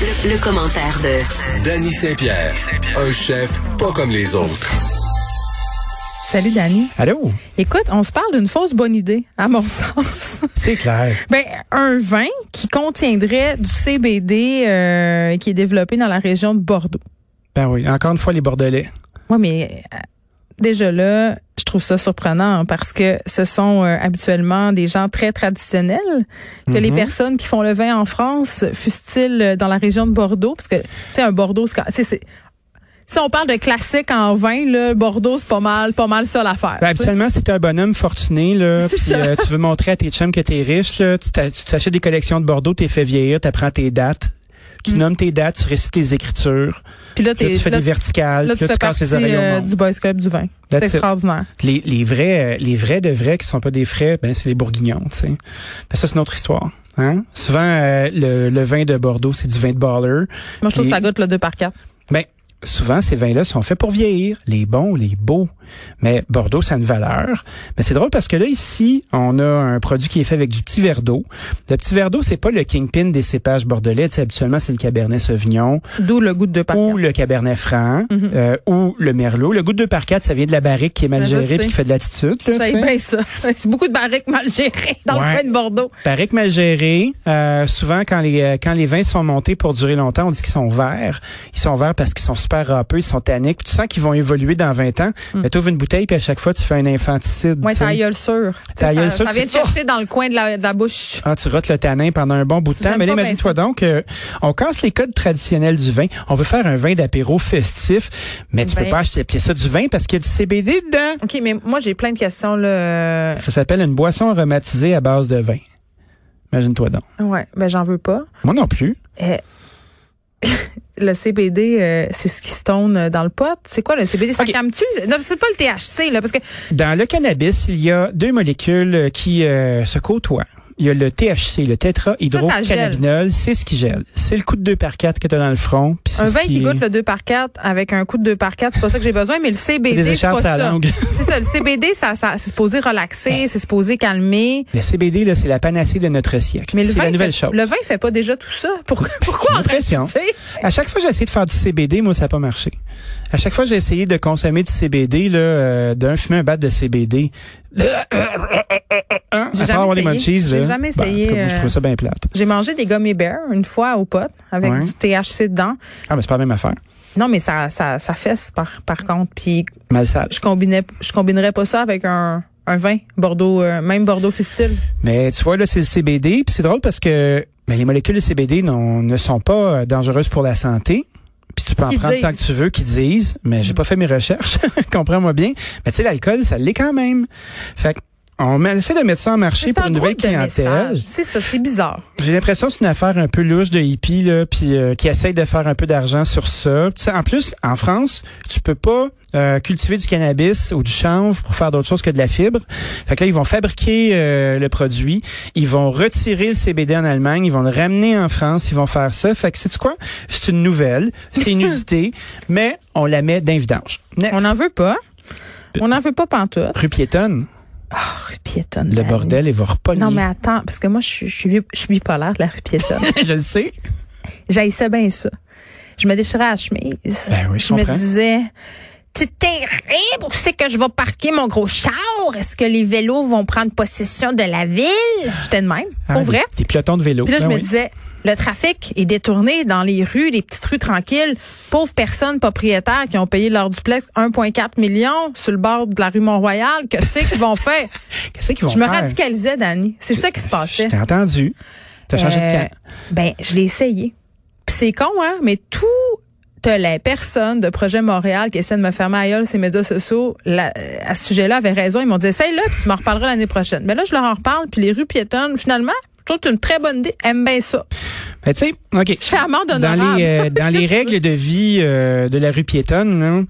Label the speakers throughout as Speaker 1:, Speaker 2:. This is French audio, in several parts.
Speaker 1: Le, le commentaire de
Speaker 2: Danny Saint-Pierre, un chef pas comme les autres.
Speaker 3: Salut Dani.
Speaker 4: Allô?
Speaker 3: Écoute, on se parle d'une fausse bonne idée, à mon sens.
Speaker 4: C'est clair.
Speaker 3: Ben, un vin qui contiendrait du CBD euh, qui est développé dans la région de Bordeaux.
Speaker 4: Ben oui, encore une fois, les Bordelais.
Speaker 3: Oui, mais euh, déjà là, je trouve ça surprenant hein, parce que ce sont euh, habituellement des gens très traditionnels que les
Speaker 4: Mhm.
Speaker 3: personnes qui font le vin en France, fussent-ils euh, dans la région de Bordeaux, parce que tu sais un Bordeaux, c'est quand- tu sais, c'est si on parle de classique en vin, là, Bordeaux c'est pas mal, pas mal ça l'affaire.
Speaker 4: Ben,
Speaker 3: tu sais.
Speaker 4: habituellement, si t'es un bonhomme fortuné, là,
Speaker 3: C'est
Speaker 4: puis,
Speaker 3: ça.
Speaker 4: euh, tu veux montrer à tes chums que t'es riche, là, tu t'a- tu t'achètes des collections de Bordeaux, t'es fait vieillir, t'apprends tes dates, tu nommes tes dates, tu récites tes écritures,
Speaker 3: Puis là,
Speaker 4: puis là,
Speaker 3: Mm. t'es-
Speaker 4: tu fais
Speaker 3: là,
Speaker 4: des verticales,
Speaker 3: là,
Speaker 4: puis
Speaker 3: tu
Speaker 4: là, tu
Speaker 3: fais
Speaker 4: casses
Speaker 3: partie
Speaker 4: les oreilles au
Speaker 3: euh,
Speaker 4: monde.
Speaker 3: du Boys Club du vin.
Speaker 4: That's
Speaker 3: C'est
Speaker 4: it.
Speaker 3: extraordinaire.
Speaker 4: Les, les vrais, euh, les vrais de vrais qui sont pas des frais, ben c'est les bourguignons, tu sais. Ben, ça c'est notre histoire. Hein? Souvent euh, le, le vin de Bordeaux c'est du vin de baller.
Speaker 3: Moi, je trouve
Speaker 4: Puis-
Speaker 3: que ça goûte le 2 par 4.
Speaker 4: Ben, souvent, ces vins-là sont faits pour vieillir, les bons, les beaux. Mais Bordeaux, ça a une valeur. Mais c'est drôle parce que là, ici, on a un produit qui est fait avec du petit verre d'eau. Le petit verre d'eau, c'est pas le kingpin des cépages bordelais. Tu sais, habituellement, c'est le cabernet sauvignon
Speaker 3: D'où le goût de 2 par 4.
Speaker 4: ou le cabernet franc euh, ou le merlot. Le goût de 2 par 4, ça vient de la barrique qui est mal
Speaker 3: Ben, je
Speaker 4: gérée
Speaker 3: sais.
Speaker 4: puis qui fait de l'attitude. là, tu sais.
Speaker 3: J'aime bien ça. C'est beaucoup de barriques mal gérées dans le
Speaker 4: Ouais.
Speaker 3: coin de Bordeaux.
Speaker 4: Barrique mal gérée. Euh, souvent, quand les euh, quand les vins sont montés pour durer longtemps, on dit qu'ils sont verts. Ils sont verts parce qu'ils sont super râpeux, ils sont tanniques. Puis tu sens qu'ils vont évoluer dans 20 ans. Mais tu ouvres une bouteille, puis à chaque fois, tu fais un infanticide.
Speaker 3: Hmm. Ouais,
Speaker 4: tu sais.
Speaker 3: ta gueule sûre. Tu sais,
Speaker 4: Ta gueule
Speaker 3: ça,
Speaker 4: sûre,
Speaker 3: ça
Speaker 4: tu
Speaker 3: vient de
Speaker 4: sais.
Speaker 3: chercher dans le coin de la, de la bouche.
Speaker 4: ah, tu rotes le tanin pendant un bon bout de
Speaker 3: Ça,
Speaker 4: temps.
Speaker 3: j'aime
Speaker 4: Mais là,
Speaker 3: pas bien
Speaker 4: imagine-toi donc, euh, on casse les codes traditionnels du vin. On veut faire un vin d'apéro festif, mais tu
Speaker 3: Ben.
Speaker 4: peux pas acheter acheter ça du vin parce qu'il y a du CBD dedans.
Speaker 3: OK, mais moi, j'ai plein de questions, là. Euh,
Speaker 4: Ça s'appelle une boisson aromatisée à base de vin. Imagine-toi donc.
Speaker 3: Ouais, ben, j'en veux pas.
Speaker 4: Moi non plus.
Speaker 3: Eh, le CBD, euh, c'est ce qui stone dans le pot. C'est quoi le CBD? Ça
Speaker 4: OK.
Speaker 3: calme-tu? Non, c'est pas le THC, là, parce que
Speaker 4: Dans le cannabis, il y a deux molécules euh, qui euh, se côtoient. Il y a le THC, le tétrahydrocannabinol, c'est ce qui gèle. C'est le coup de 2 par 4 que tu as dans le front. puis c'est
Speaker 3: un
Speaker 4: ce
Speaker 3: vin qui goûte le 2 par 4 avec un coup de 2 par 4, c'est pas ça que j'ai besoin, mais le CBD,
Speaker 4: Des
Speaker 3: c'est pas
Speaker 4: écharpes à la
Speaker 3: ça.
Speaker 4: langue.
Speaker 3: C'est ça, le CBD, ça, ça, c'est supposé relaxer, c'est supposé calmer.
Speaker 4: Le CBD, là, c'est la panacée de notre siècle.
Speaker 3: Mais le
Speaker 4: C'est
Speaker 3: vin,
Speaker 4: la nouvelle
Speaker 3: fait,
Speaker 4: chose.
Speaker 3: le vin fait pas déjà tout ça. Pourquoi, pourquoi
Speaker 4: J'ai
Speaker 3: en
Speaker 4: l'impression.
Speaker 3: rajouter?
Speaker 4: À chaque fois que j'ai essayé de faire du CBD, moi, ça n'a pas marché. À chaque fois que j'ai essayé de consommer du CBD, là, euh, d'un fumer un bat de CBD, hein,
Speaker 3: J'ai
Speaker 4: à
Speaker 3: jamais
Speaker 4: part avoir les
Speaker 3: essayé.
Speaker 4: munchies,
Speaker 3: J'ai
Speaker 4: là,
Speaker 3: jamais
Speaker 4: ben, en tout
Speaker 3: essayé,
Speaker 4: cas, moi, je
Speaker 3: euh,
Speaker 4: trouve ça bien plate.
Speaker 3: J'ai mangé des gummy bears une fois au pot avec
Speaker 4: Ouais.
Speaker 3: du THC dedans.
Speaker 4: Ah, mais c'est pas la même affaire.
Speaker 3: Non, mais ça, ça, ça fesse par, par contre. Puis
Speaker 4: Mal sale.
Speaker 3: je combinais, je combinerais pas ça avec un, un vin Bordeaux, euh, même Bordeaux fustile.
Speaker 4: Mais tu vois, là, c'est le CBD. Puis c'est drôle parce que ben, les molécules de CBD non- ne sont pas euh, dangereuses pour la santé. Puis tu peux en
Speaker 3: Qu'ils
Speaker 4: prendre tant que
Speaker 3: disent. Mm.
Speaker 4: tu veux qu'ils disent, mais j'ai pas fait mes recherches, comprends-moi bien. Mais tu sais, l'alcool, ça l'est quand même. Fait que on essaie de mettre ça en marché
Speaker 3: C'est
Speaker 4: pour
Speaker 3: un
Speaker 4: une
Speaker 3: drôle
Speaker 4: nouvelle
Speaker 3: de
Speaker 4: clientèle.
Speaker 3: message. C'est ça, c'est bizarre.
Speaker 4: J'ai l'impression que c'est une affaire un peu louche de hippie là, puis euh, qui essaye de faire un peu d'argent sur ça. Tu sais, en plus, en France, tu peux pas euh, cultiver du cannabis ou du chanvre pour faire d'autres choses que de la fibre. Fait que là, ils vont fabriquer euh, le produit, ils vont retirer le CBD en Allemagne, ils vont le ramener en France, ils vont faire ça. Fait que c'est quoi C'est une nouvelle, c'est inusité, mais on la met d'invidence.
Speaker 3: On
Speaker 4: Next.
Speaker 3: n'en veut pas. On n'en veut pas pantoute.
Speaker 4: Rue piétonne,
Speaker 3: Rue piétonne.
Speaker 4: le
Speaker 3: Dani.
Speaker 4: bordel, ils vont repogner.
Speaker 3: Ben Non, mais attends, parce que moi, je suis, je suis, bi- je suis bipolaire de la rue piétonne.
Speaker 4: je le sais.
Speaker 3: J'haïssais bien ça. Je me déchirais la chemise.
Speaker 4: Ben oui, je
Speaker 3: me
Speaker 4: comprends.
Speaker 3: disais, c'est terrible, où c'est que je vais parquer mon gros char? Est-ce que les vélos vont prendre possession de la ville? J'étais de même,
Speaker 4: Ah,
Speaker 3: pour
Speaker 4: des-
Speaker 3: vrai.
Speaker 4: Des, pelotons de vélo.
Speaker 3: Puis là, je
Speaker 4: Ben
Speaker 3: me
Speaker 4: oui.
Speaker 3: disais, le trafic est détourné dans les rues, les petites rues tranquilles. Pauvres personnes propriétaires qui ont payé leur duplex 1,4 million sur le bord de la rue Mont-Royal, que tu sais qu'ils vont faire?
Speaker 4: Qu'est-ce qu'ils vont
Speaker 3: Je me
Speaker 4: faire?
Speaker 3: radicalisais, Dani. C'est ça qui se passait.
Speaker 4: Je t'ai entendu. T'as changé de
Speaker 3: Euh,
Speaker 4: camp.
Speaker 3: Ben, je l'ai essayé. Puis c'est con, hein, mais tout les personnes de Projet Montréal qui essaient de me fermer à gueule ces médias sociaux là, euh, à ce sujet-là avaient raison. Ils m'ont dit, essaye-le, puis tu m'en reparleras l'année prochaine. Mais là, je leur en reparle, puis les rues piétonnes, finalement, Je trouve que c'est une très bonne idée. Aime bien ça.
Speaker 4: Ben, tu sais, OK.
Speaker 3: Je fais amende
Speaker 4: Dans
Speaker 3: honorable.
Speaker 4: les, euh, dans les règles de vie euh, de la rue piétonne, là,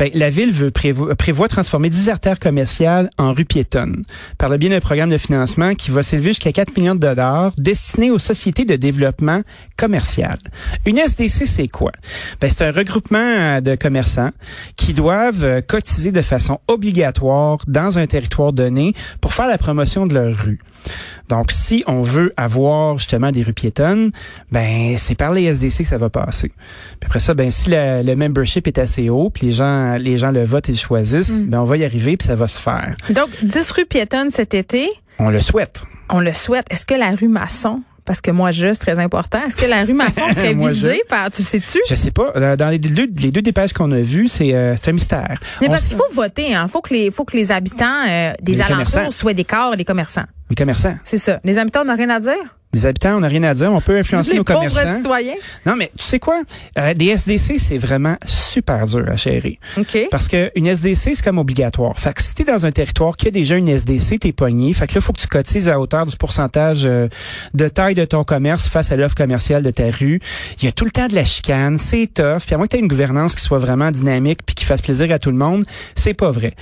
Speaker 4: ben, la ville veut prévo- prévoit transformer 10 artères commerciales en rue piétonne par le biais d'un programme de financement qui va s'élever jusqu'à 4 millions de dollars destiné aux sociétés de développement commercial. Une SDC, c'est quoi? Ben, c'est un regroupement euh, de commerçants qui doivent euh, cotiser de façon obligatoire dans un territoire donné pour faire la promotion de leur rue. Donc, si on veut avoir justement des rues piétonnes, ben c'est par les SDC que ça va passer. Puis après ça, ben si la- le membership est assez haut, puis les gens, les gens le votent et le
Speaker 3: Mm.
Speaker 4: choisissent, ben on va y arriver, puis ça va se faire.
Speaker 3: Donc, 10 rues piétonnes cet été.
Speaker 4: On le souhaite.
Speaker 3: On le souhaite. Est-ce que la rue Masson, parce que moi, je, c'est très important, est-ce que la rue Masson serait
Speaker 4: Moi,
Speaker 3: visée par, tu le sais-tu?
Speaker 4: Je sais pas. euh, Dans les deux, les deux dépêches qu'on a vues, c'est euh, c'est un mystère.
Speaker 3: Mais
Speaker 4: On
Speaker 3: parce
Speaker 4: s-
Speaker 3: qu'il faut voter, hein. Faut que les, faut que les habitants euh, des
Speaker 4: Les commerçants.
Speaker 3: alentours soient des corps, les commerçants.
Speaker 4: Les commerçants,
Speaker 3: C'est ça. Les habitants n'ont rien à dire.
Speaker 4: les habitants, on n'a rien à dire. On peut influencer
Speaker 3: les
Speaker 4: nos
Speaker 3: pauvres
Speaker 4: commerçants.
Speaker 3: citoyens.
Speaker 4: Non, mais tu sais quoi? Euh, des SDC, c'est vraiment super dur à gérer.
Speaker 3: Ok.
Speaker 4: Parce que une SDC, c'est comme obligatoire. Fait que si t'es dans un territoire qui a déjà une SDC, t'es pogné. Fait que là, faut que tu cotises à hauteur du pourcentage euh, de taille de ton commerce face à l'offre commerciale de ta rue. Il y a tout le temps de la chicane, c'est tough. Puis à moins que t'aies une gouvernance qui soit vraiment dynamique puis qui fasse plaisir à tout le monde, c'est pas vrai.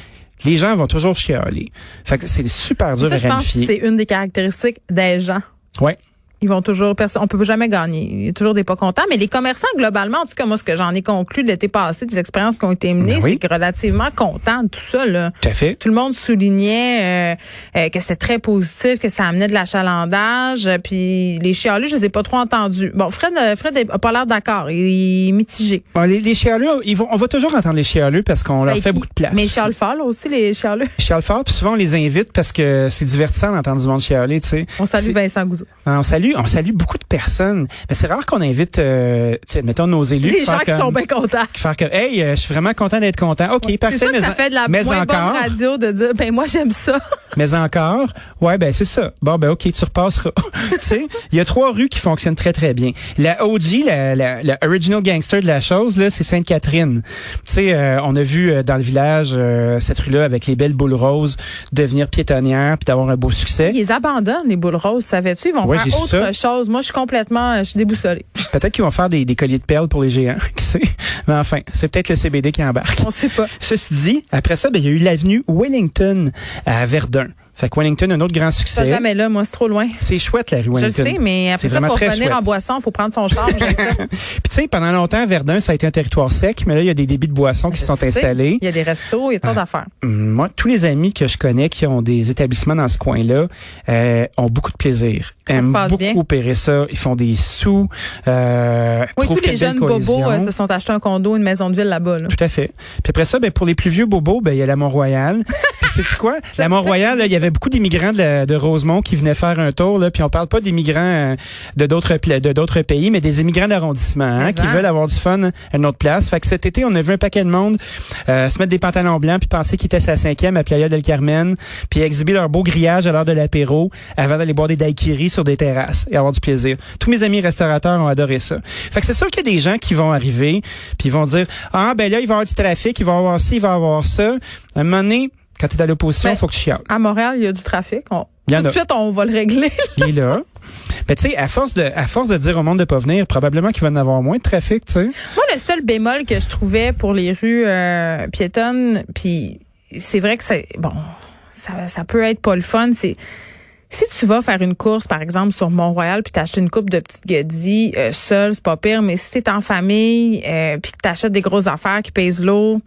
Speaker 4: Les gens vont toujours chialer. Fait que c'est super dur
Speaker 3: Ça,
Speaker 4: à
Speaker 3: je pense que
Speaker 4: ramifier.
Speaker 3: c'est une des caractéristiques des gens.
Speaker 4: Ouais.
Speaker 3: Ils vont toujours, perso- on peut jamais gagner. Il y a toujours des pas contents. Mais les commerçants, globalement, en tout cas, moi, ce que j'en ai conclu de l'été passé, des expériences qui ont été menées,
Speaker 4: Ben oui.
Speaker 3: c'est que relativement contents de tout ça, là.
Speaker 4: Tout à fait.
Speaker 3: Tout le monde soulignait euh, euh, que c'était très positif, que ça amenait de l'achalandage. euh, Puis les chialus, je les ai pas trop entendus. Bon, Fred, euh, Fred a pas l'air d'accord. Il est mitigé.
Speaker 4: Bon, les, les chialeux, ils vont, on va toujours entendre les chialeux parce qu'on leur
Speaker 3: Ben,
Speaker 4: fait
Speaker 3: il-
Speaker 4: beaucoup de place.
Speaker 3: Mais Charles Fall aussi, les chialus.
Speaker 4: Charles Fort, puis souvent on les invite parce que c'est divertissant d'entendre du monde chialer, tu sais.
Speaker 3: On salue
Speaker 4: C'est-
Speaker 3: Vincent Gouzeau.
Speaker 4: Ah, On salue, on salue beaucoup de personnes. Mais c'est rare qu'on invite, euh, tu sais, mettons nos élus.
Speaker 3: Les
Speaker 4: faire
Speaker 3: gens qui
Speaker 4: comme-
Speaker 3: sont bien contents.
Speaker 4: Faire comme, hey, euh, je suis vraiment content d'être content. Ok, parfait.
Speaker 3: C'est ça
Speaker 4: mais
Speaker 3: que ça
Speaker 4: en-
Speaker 3: fait de la
Speaker 4: mais
Speaker 3: moins
Speaker 4: encore,
Speaker 3: bonne radio de dire, ben moi j'aime ça.
Speaker 4: mais encore. Ouais, ben c'est ça. Bon, ben ok, tu repasseras. tu sais, il y a trois rues qui fonctionnent très très bien. La OG, la, la, la original gangster de la chose là, c'est Sainte-Catherine. Tu sais, euh, on a vu euh, dans le village euh, cette rue là avec les belles boules roses devenir piétonnière puis d'avoir un beau succès.
Speaker 3: Ils abandonnent les boules roses, savais-tu? Ils vont
Speaker 4: Ouais, j'ai
Speaker 3: faire
Speaker 4: su
Speaker 3: autre
Speaker 4: ça.
Speaker 3: chose. Moi, je suis complètement, euh, je suis déboussolée.
Speaker 4: Peut-être qu'ils vont faire des, des colliers de perles pour les géants, qui sait. Mais enfin, c'est peut-être le CBD qui embarque.
Speaker 3: On sait pas.
Speaker 4: Ceci dit, après ça, ben, il y a eu l'avenue Wellington à Verdun. Fait que Wellington, un autre grand
Speaker 3: Je suis
Speaker 4: succès.
Speaker 3: jamais là, moi, c'est trop loin.
Speaker 4: C'est chouette, la rue
Speaker 3: Je le
Speaker 4: Wellington.
Speaker 3: sais, mais après ça,
Speaker 4: C'est vraiment
Speaker 3: pour
Speaker 4: très
Speaker 3: revenir en
Speaker 4: chouette.
Speaker 3: boisson, faut prendre son charme. j'aime ça.
Speaker 4: Puis tu sais, pendant longtemps, Verdun, ça a été un territoire sec, mais là, il y a des débits de boissons qui
Speaker 3: Je
Speaker 4: se sont
Speaker 3: sais.
Speaker 4: installés.
Speaker 3: Il y a des restos, il y a toutes sortes d'affaires.
Speaker 4: Hum, Moi, tous les amis que je connais qui ont des établissements dans ce coin-là euh, ont beaucoup de plaisir.
Speaker 3: Ça se
Speaker 4: aiment
Speaker 3: passe
Speaker 4: beaucoup
Speaker 3: bien.
Speaker 4: opérer ça. Ils font des sous. Euh,
Speaker 3: Oui,
Speaker 4: trouvent
Speaker 3: tous les
Speaker 4: quelle belle
Speaker 3: jeunes bobos
Speaker 4: cohésion.
Speaker 3: euh, se sont achetés un condo, une maison de ville là-bas. là.
Speaker 4: Tout à fait. Puis après ça, ben, pour les plus vieux bobos, ben, il y a la Mont-Royal. Puis c'est quoi? La Mont-Royal, là, il y avait beaucoup d'immigrants de, la- de Rosemont qui venaient faire un tour, là, puis on parle pas d'immigrants euh, de d'autres pla- de d'autres pays, mais des immigrants d'arrondissement hein,
Speaker 3: Mais
Speaker 4: qui
Speaker 3: hein.
Speaker 4: veulent avoir du fun à une autre place. Fait que cet été, on a vu un paquet de monde euh, se mettre des pantalons blancs puis penser qu'ils étaient à la cinquième à Playa del Carmen, puis exhiber leur beau grillage à l'heure de l'apéro avant d'aller boire des daiquiris sur des terrasses et avoir du plaisir. Tous mes amis restaurateurs ont adoré ça. Fait que c'est sûr qu'il y a des gens qui vont arriver puis ils vont dire ah ben là il va y avoir du trafic, il va y avoir ci, il va y avoir ça. À un moment donné, quand t'es à l'opposition,
Speaker 3: Ben,
Speaker 4: faut que tu chiales.
Speaker 3: À Montréal, il y a du trafic. On-
Speaker 4: Il y en
Speaker 3: Tout de
Speaker 4: a.
Speaker 3: suite, on va le régler.
Speaker 4: Il est là. Ben tu sais, à force de à force de dire au monde de pas venir, probablement qu'il va en avoir moins de trafic, tu sais.
Speaker 3: Moi, le seul bémol que je trouvais pour les rues euh, piétonnes, puis c'est vrai que c'est bon, ça, ça peut être pas le fun. C'est si tu vas faire une course, par exemple, sur Mont-Royal, puis t'achètes une coupe de petites godilles euh, seule, c'est pas pire. Mais si t'es en famille, euh, puis que t'achètes des grosses affaires qui pèsent lourd,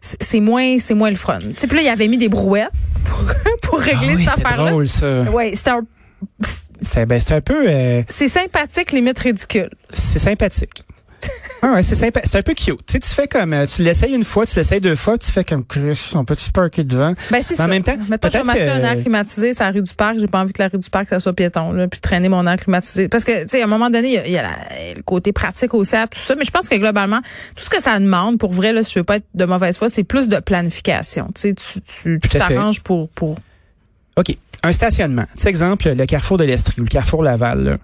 Speaker 3: c'est c'est moins, c'est moins le fun. Tu sais, puis là, il avait mis des brouettes pour, pour régler
Speaker 4: Ah oui,
Speaker 3: cette
Speaker 4: c'était
Speaker 3: affaire-là.
Speaker 4: drôle ça.
Speaker 3: Ouais, c'était un-
Speaker 4: C'est ben, c'est un peu euh,
Speaker 3: c'est sympathique, limite ridicule.
Speaker 4: c'est sympathique. Ah ouais, c'est sympa, c'est un peu cute. Tu sais, tu fais comme euh, tu l'essayes une fois, tu l'essayes deux fois, tu fais comme Chris, on peut tu parker devant.
Speaker 3: Ben, c'est
Speaker 4: Mais en
Speaker 3: ça.
Speaker 4: même temps,
Speaker 3: Mettons que je vais
Speaker 4: peut-être
Speaker 3: m'acheter
Speaker 4: que-
Speaker 3: un air climatisé, c'est la rue du Parc. J'ai pas envie que la rue du Parc, ça soit piéton, là, puis traîner mon air climatisé. Parce que, tu sais, à un moment donné, il y a, il y a la- le côté pratique aussi à tout ça. Mais je pense que globalement, tout ce que ça demande, pour vrai, là, si je veux pas être de mauvaise foi, c'est plus de planification. Tu sais, tu- tu tu
Speaker 4: Tout à fait.
Speaker 3: t'arranges pour, pour.
Speaker 4: OK. Un stationnement. Tu sais, exemple, le carrefour de l'Estrie ou le carrefour Laval, là.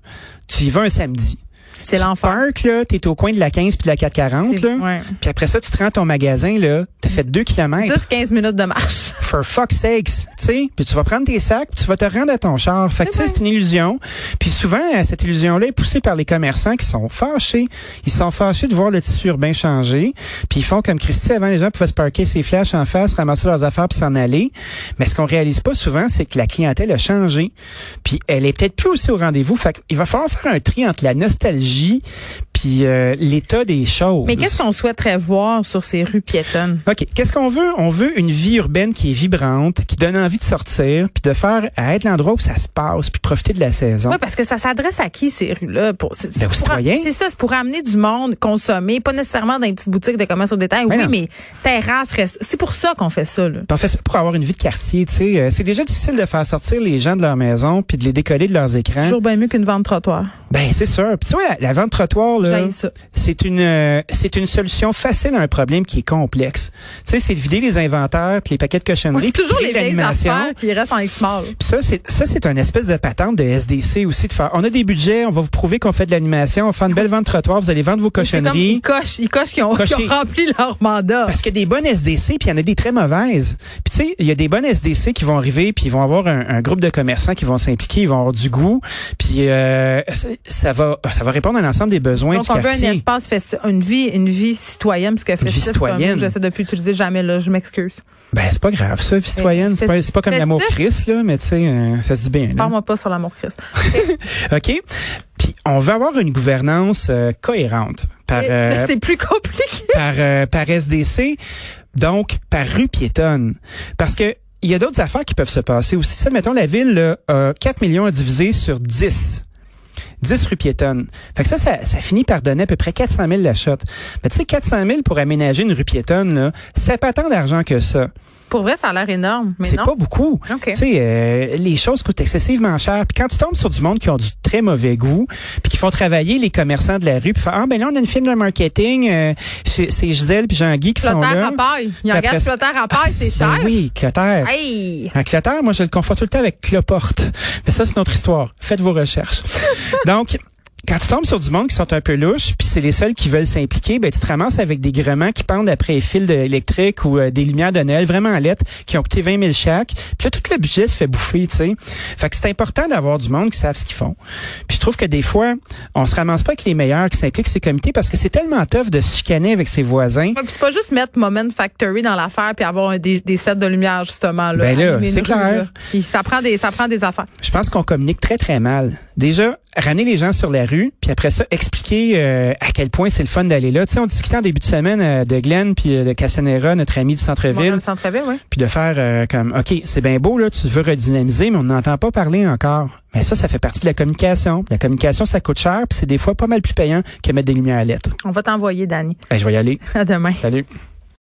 Speaker 4: Tu y vas un samedi.
Speaker 3: C'est
Speaker 4: Tu
Speaker 3: l'enfer.
Speaker 4: parques, là, t'es au coin de la 15 puis de la 440,
Speaker 3: C'est-
Speaker 4: là.
Speaker 3: ouais. Mm.
Speaker 4: Puis après ça, tu te rends à ton magasin, là. T'as fait 2 kilomètres.
Speaker 3: 10-15 minutes de marche.
Speaker 4: For fuck's sakes, tu sais. Puis tu vas prendre tes sacs, puis tu vas te rendre à ton char. Fait que
Speaker 3: C'est
Speaker 4: ça, c'est une illusion. Puis souvent, euh, cette illusion-là est poussée par les commerçants qui sont fâchés. Ils sont fâchés de voir le tissu urbain changer. Puis ils font comme Christy avant, les gens pouvaient se parquer ses flashs en face, ramasser leurs affaires puis s'en aller. Mais ce qu'on réalise pas souvent, c'est que la clientèle a changé. Puis elle est peut-être plus aussi au rendez-vous. Fait qu'il va falloir faire un tri entre la nostalgie puis euh, l'état des choses.
Speaker 3: Mais qu'est-ce qu'on souhaiterait voir sur ces rues piétonnes?
Speaker 4: OK. Qu'est-ce qu'on veut? On veut une vie urbaine qui est vibrante, qui donne envie de sortir, puis de faire à être l'endroit où ça se passe, puis profiter de la saison.
Speaker 3: Oui, parce que ça s'adresse à qui ces rues-là? Pour, c'est, c'est
Speaker 4: Ben, aux
Speaker 3: pour-
Speaker 4: citoyens.
Speaker 3: c'est ça, c'est pour amener du monde consommer, pas nécessairement dans les petites boutiques de commerce au détail. oui,
Speaker 4: Mais Ben non. Hein?
Speaker 3: mais terrasse, reste. C'est pour ça qu'on fait ça, là.
Speaker 4: Puis on fait ça pour avoir une vie de quartier, tu sais. Euh, C'est déjà difficile de faire sortir les gens de leur maison puis de les décoller de leurs écrans.
Speaker 3: Toujours bien mieux qu'une vente trottoir.
Speaker 4: Ben c'est sûr. Puis tu vois, la, la vente trottoir là,
Speaker 3: J'haïs ça.
Speaker 4: c'est une euh, c'est une solution facile à un problème qui est complexe. Tu sais, c'est de vider les inventaires puis les paquets de cochonneries.
Speaker 3: c'est
Speaker 4: puis
Speaker 3: toujours
Speaker 4: créer
Speaker 3: les
Speaker 4: de
Speaker 3: vieilles
Speaker 4: l'animation.
Speaker 3: affaires qui restent en X-Mall.
Speaker 4: Puis ça, c'est ça, c'est une espèce de patente de SDC aussi de faire. On a des budgets, on va vous prouver qu'on fait de l'animation, on va faire une belle vente trottoir, vous allez vendre vos
Speaker 3: C'est comme ils
Speaker 4: cochonneries.
Speaker 3: cochent, ils cochent qu'ils ont, qu'ils ont
Speaker 4: Cocher.
Speaker 3: rempli leur mandat.
Speaker 4: Parce qu'il y a des bonnes SDC, puis il y en a des très mauvaises. Puis tu sais, il y a des bonnes SDC qui vont arriver, puis ils vont avoir un, un groupe de commerçants qui vont s'impliquer, ils vont avoir du goût, puis euh, ça, ça va ça va répondre à l'ensemble des besoins
Speaker 3: Donc,
Speaker 4: du
Speaker 3: on veut un
Speaker 4: quartier.
Speaker 3: espace, festi- une vie, une vie citoyenne, parce que
Speaker 4: vie
Speaker 3: festif, comme
Speaker 4: citoyenne.
Speaker 3: mot, j'essaie de plus utiliser jamais, là, je m'excuse.
Speaker 4: ben c'est pas grave ça, vie citoyenne, c'est pas c'est pas comme
Speaker 3: Festif.
Speaker 4: l'amour Christ là, mais tu sais, euh, ça se dit bien. Là.
Speaker 3: Parle-moi pas sur l'amour Christ.
Speaker 4: OK Puis on va avoir une gouvernance euh, cohérente par
Speaker 3: Et-
Speaker 4: euh,
Speaker 3: mais C'est plus compliqué.
Speaker 4: par, euh, par SDC, donc par rue piétonne. Parce que il y a d'autres affaires qui peuvent se passer aussi. Ça, mettons, la ville là, a 4 millions à diviser sur 10. 10 rues piétonnes. Fait que ça, ça, ça finit par donner à peu près 400 000 la shot. Mais tu sais, 400 000 pour aménager une rue piétonne, là, c'est pas tant d'argent que ça.
Speaker 3: Pour vrai, ça a l'air énorme, mais
Speaker 4: C'est
Speaker 3: non.
Speaker 4: pas beaucoup.
Speaker 3: OK.
Speaker 4: Tu sais, euh, les choses coûtent excessivement cher. Puis quand tu tombes sur du monde qui ont du très mauvais goût, puis qui font travailler les commerçants de la rue, puis faire ah ben là on a une firme de marketing, euh, c'est c'est Gisèle puis Jean-Guy qui sont
Speaker 3: Clotaire
Speaker 4: là.
Speaker 3: à paille. Ils
Speaker 4: Puis
Speaker 3: engagent
Speaker 4: après ça-
Speaker 3: Clotaire à paille, c'est
Speaker 4: Ah,
Speaker 3: cher.
Speaker 4: ben oui, Clotaire.
Speaker 3: Hey!
Speaker 4: Un Clotaire, moi je le confonds tout le temps avec Cloporte. Mais ça c'est notre histoire. Faites vos recherches. Donc quand tu tombes sur du monde qui sont un peu louches, puis c'est les seuls qui veulent s'impliquer, ben tu te ramasses avec des gréements qui pendent après les fils de- électriques ou euh, des lumières de Noël vraiment lettres qui ont coûté 20 000 chaque. Puis là, tout le budget se fait bouffer, tu sais. Fait que c'est important d'avoir du monde qui savent ce qu'ils font. Puis je trouve que des fois, on se ramasse pas avec les meilleurs qui s'impliquent ces comités parce que c'est tellement tough de se chicaner avec ses voisins.
Speaker 3: Ouais, puis c'est pas juste mettre Moment Factory dans l'affaire puis avoir un- des, des sets de lumière, justement. Là,
Speaker 4: Ben là,
Speaker 3: Allumer une
Speaker 4: c'est
Speaker 3: rue,
Speaker 4: clair.
Speaker 3: là. Puis ça, prend des, ça prend des affaires.
Speaker 4: Je pense qu'on communique très, très mal. Déjà, ramener les gens sur la rue, puis après ça, expliquer euh, à quel point c'est le fun d'aller là. Tu sais, on discutait en début de semaine euh, de Glenn puis euh, de Cassanera, notre ami du
Speaker 3: Bon, dans
Speaker 4: centre-ville,
Speaker 3: le centre-ville, oui.
Speaker 4: puis de faire euh, comme, OK, c'est bien beau, là, tu veux redynamiser, mais on n'entend pas parler encore. Mais ça, ça fait partie de la communication. La communication, ça coûte cher, puis c'est des fois pas mal plus payant que mettre des lumières à lettres.
Speaker 3: On va t'envoyer, Dani.
Speaker 4: Eh, je vais y aller.
Speaker 3: À demain.
Speaker 4: Salut.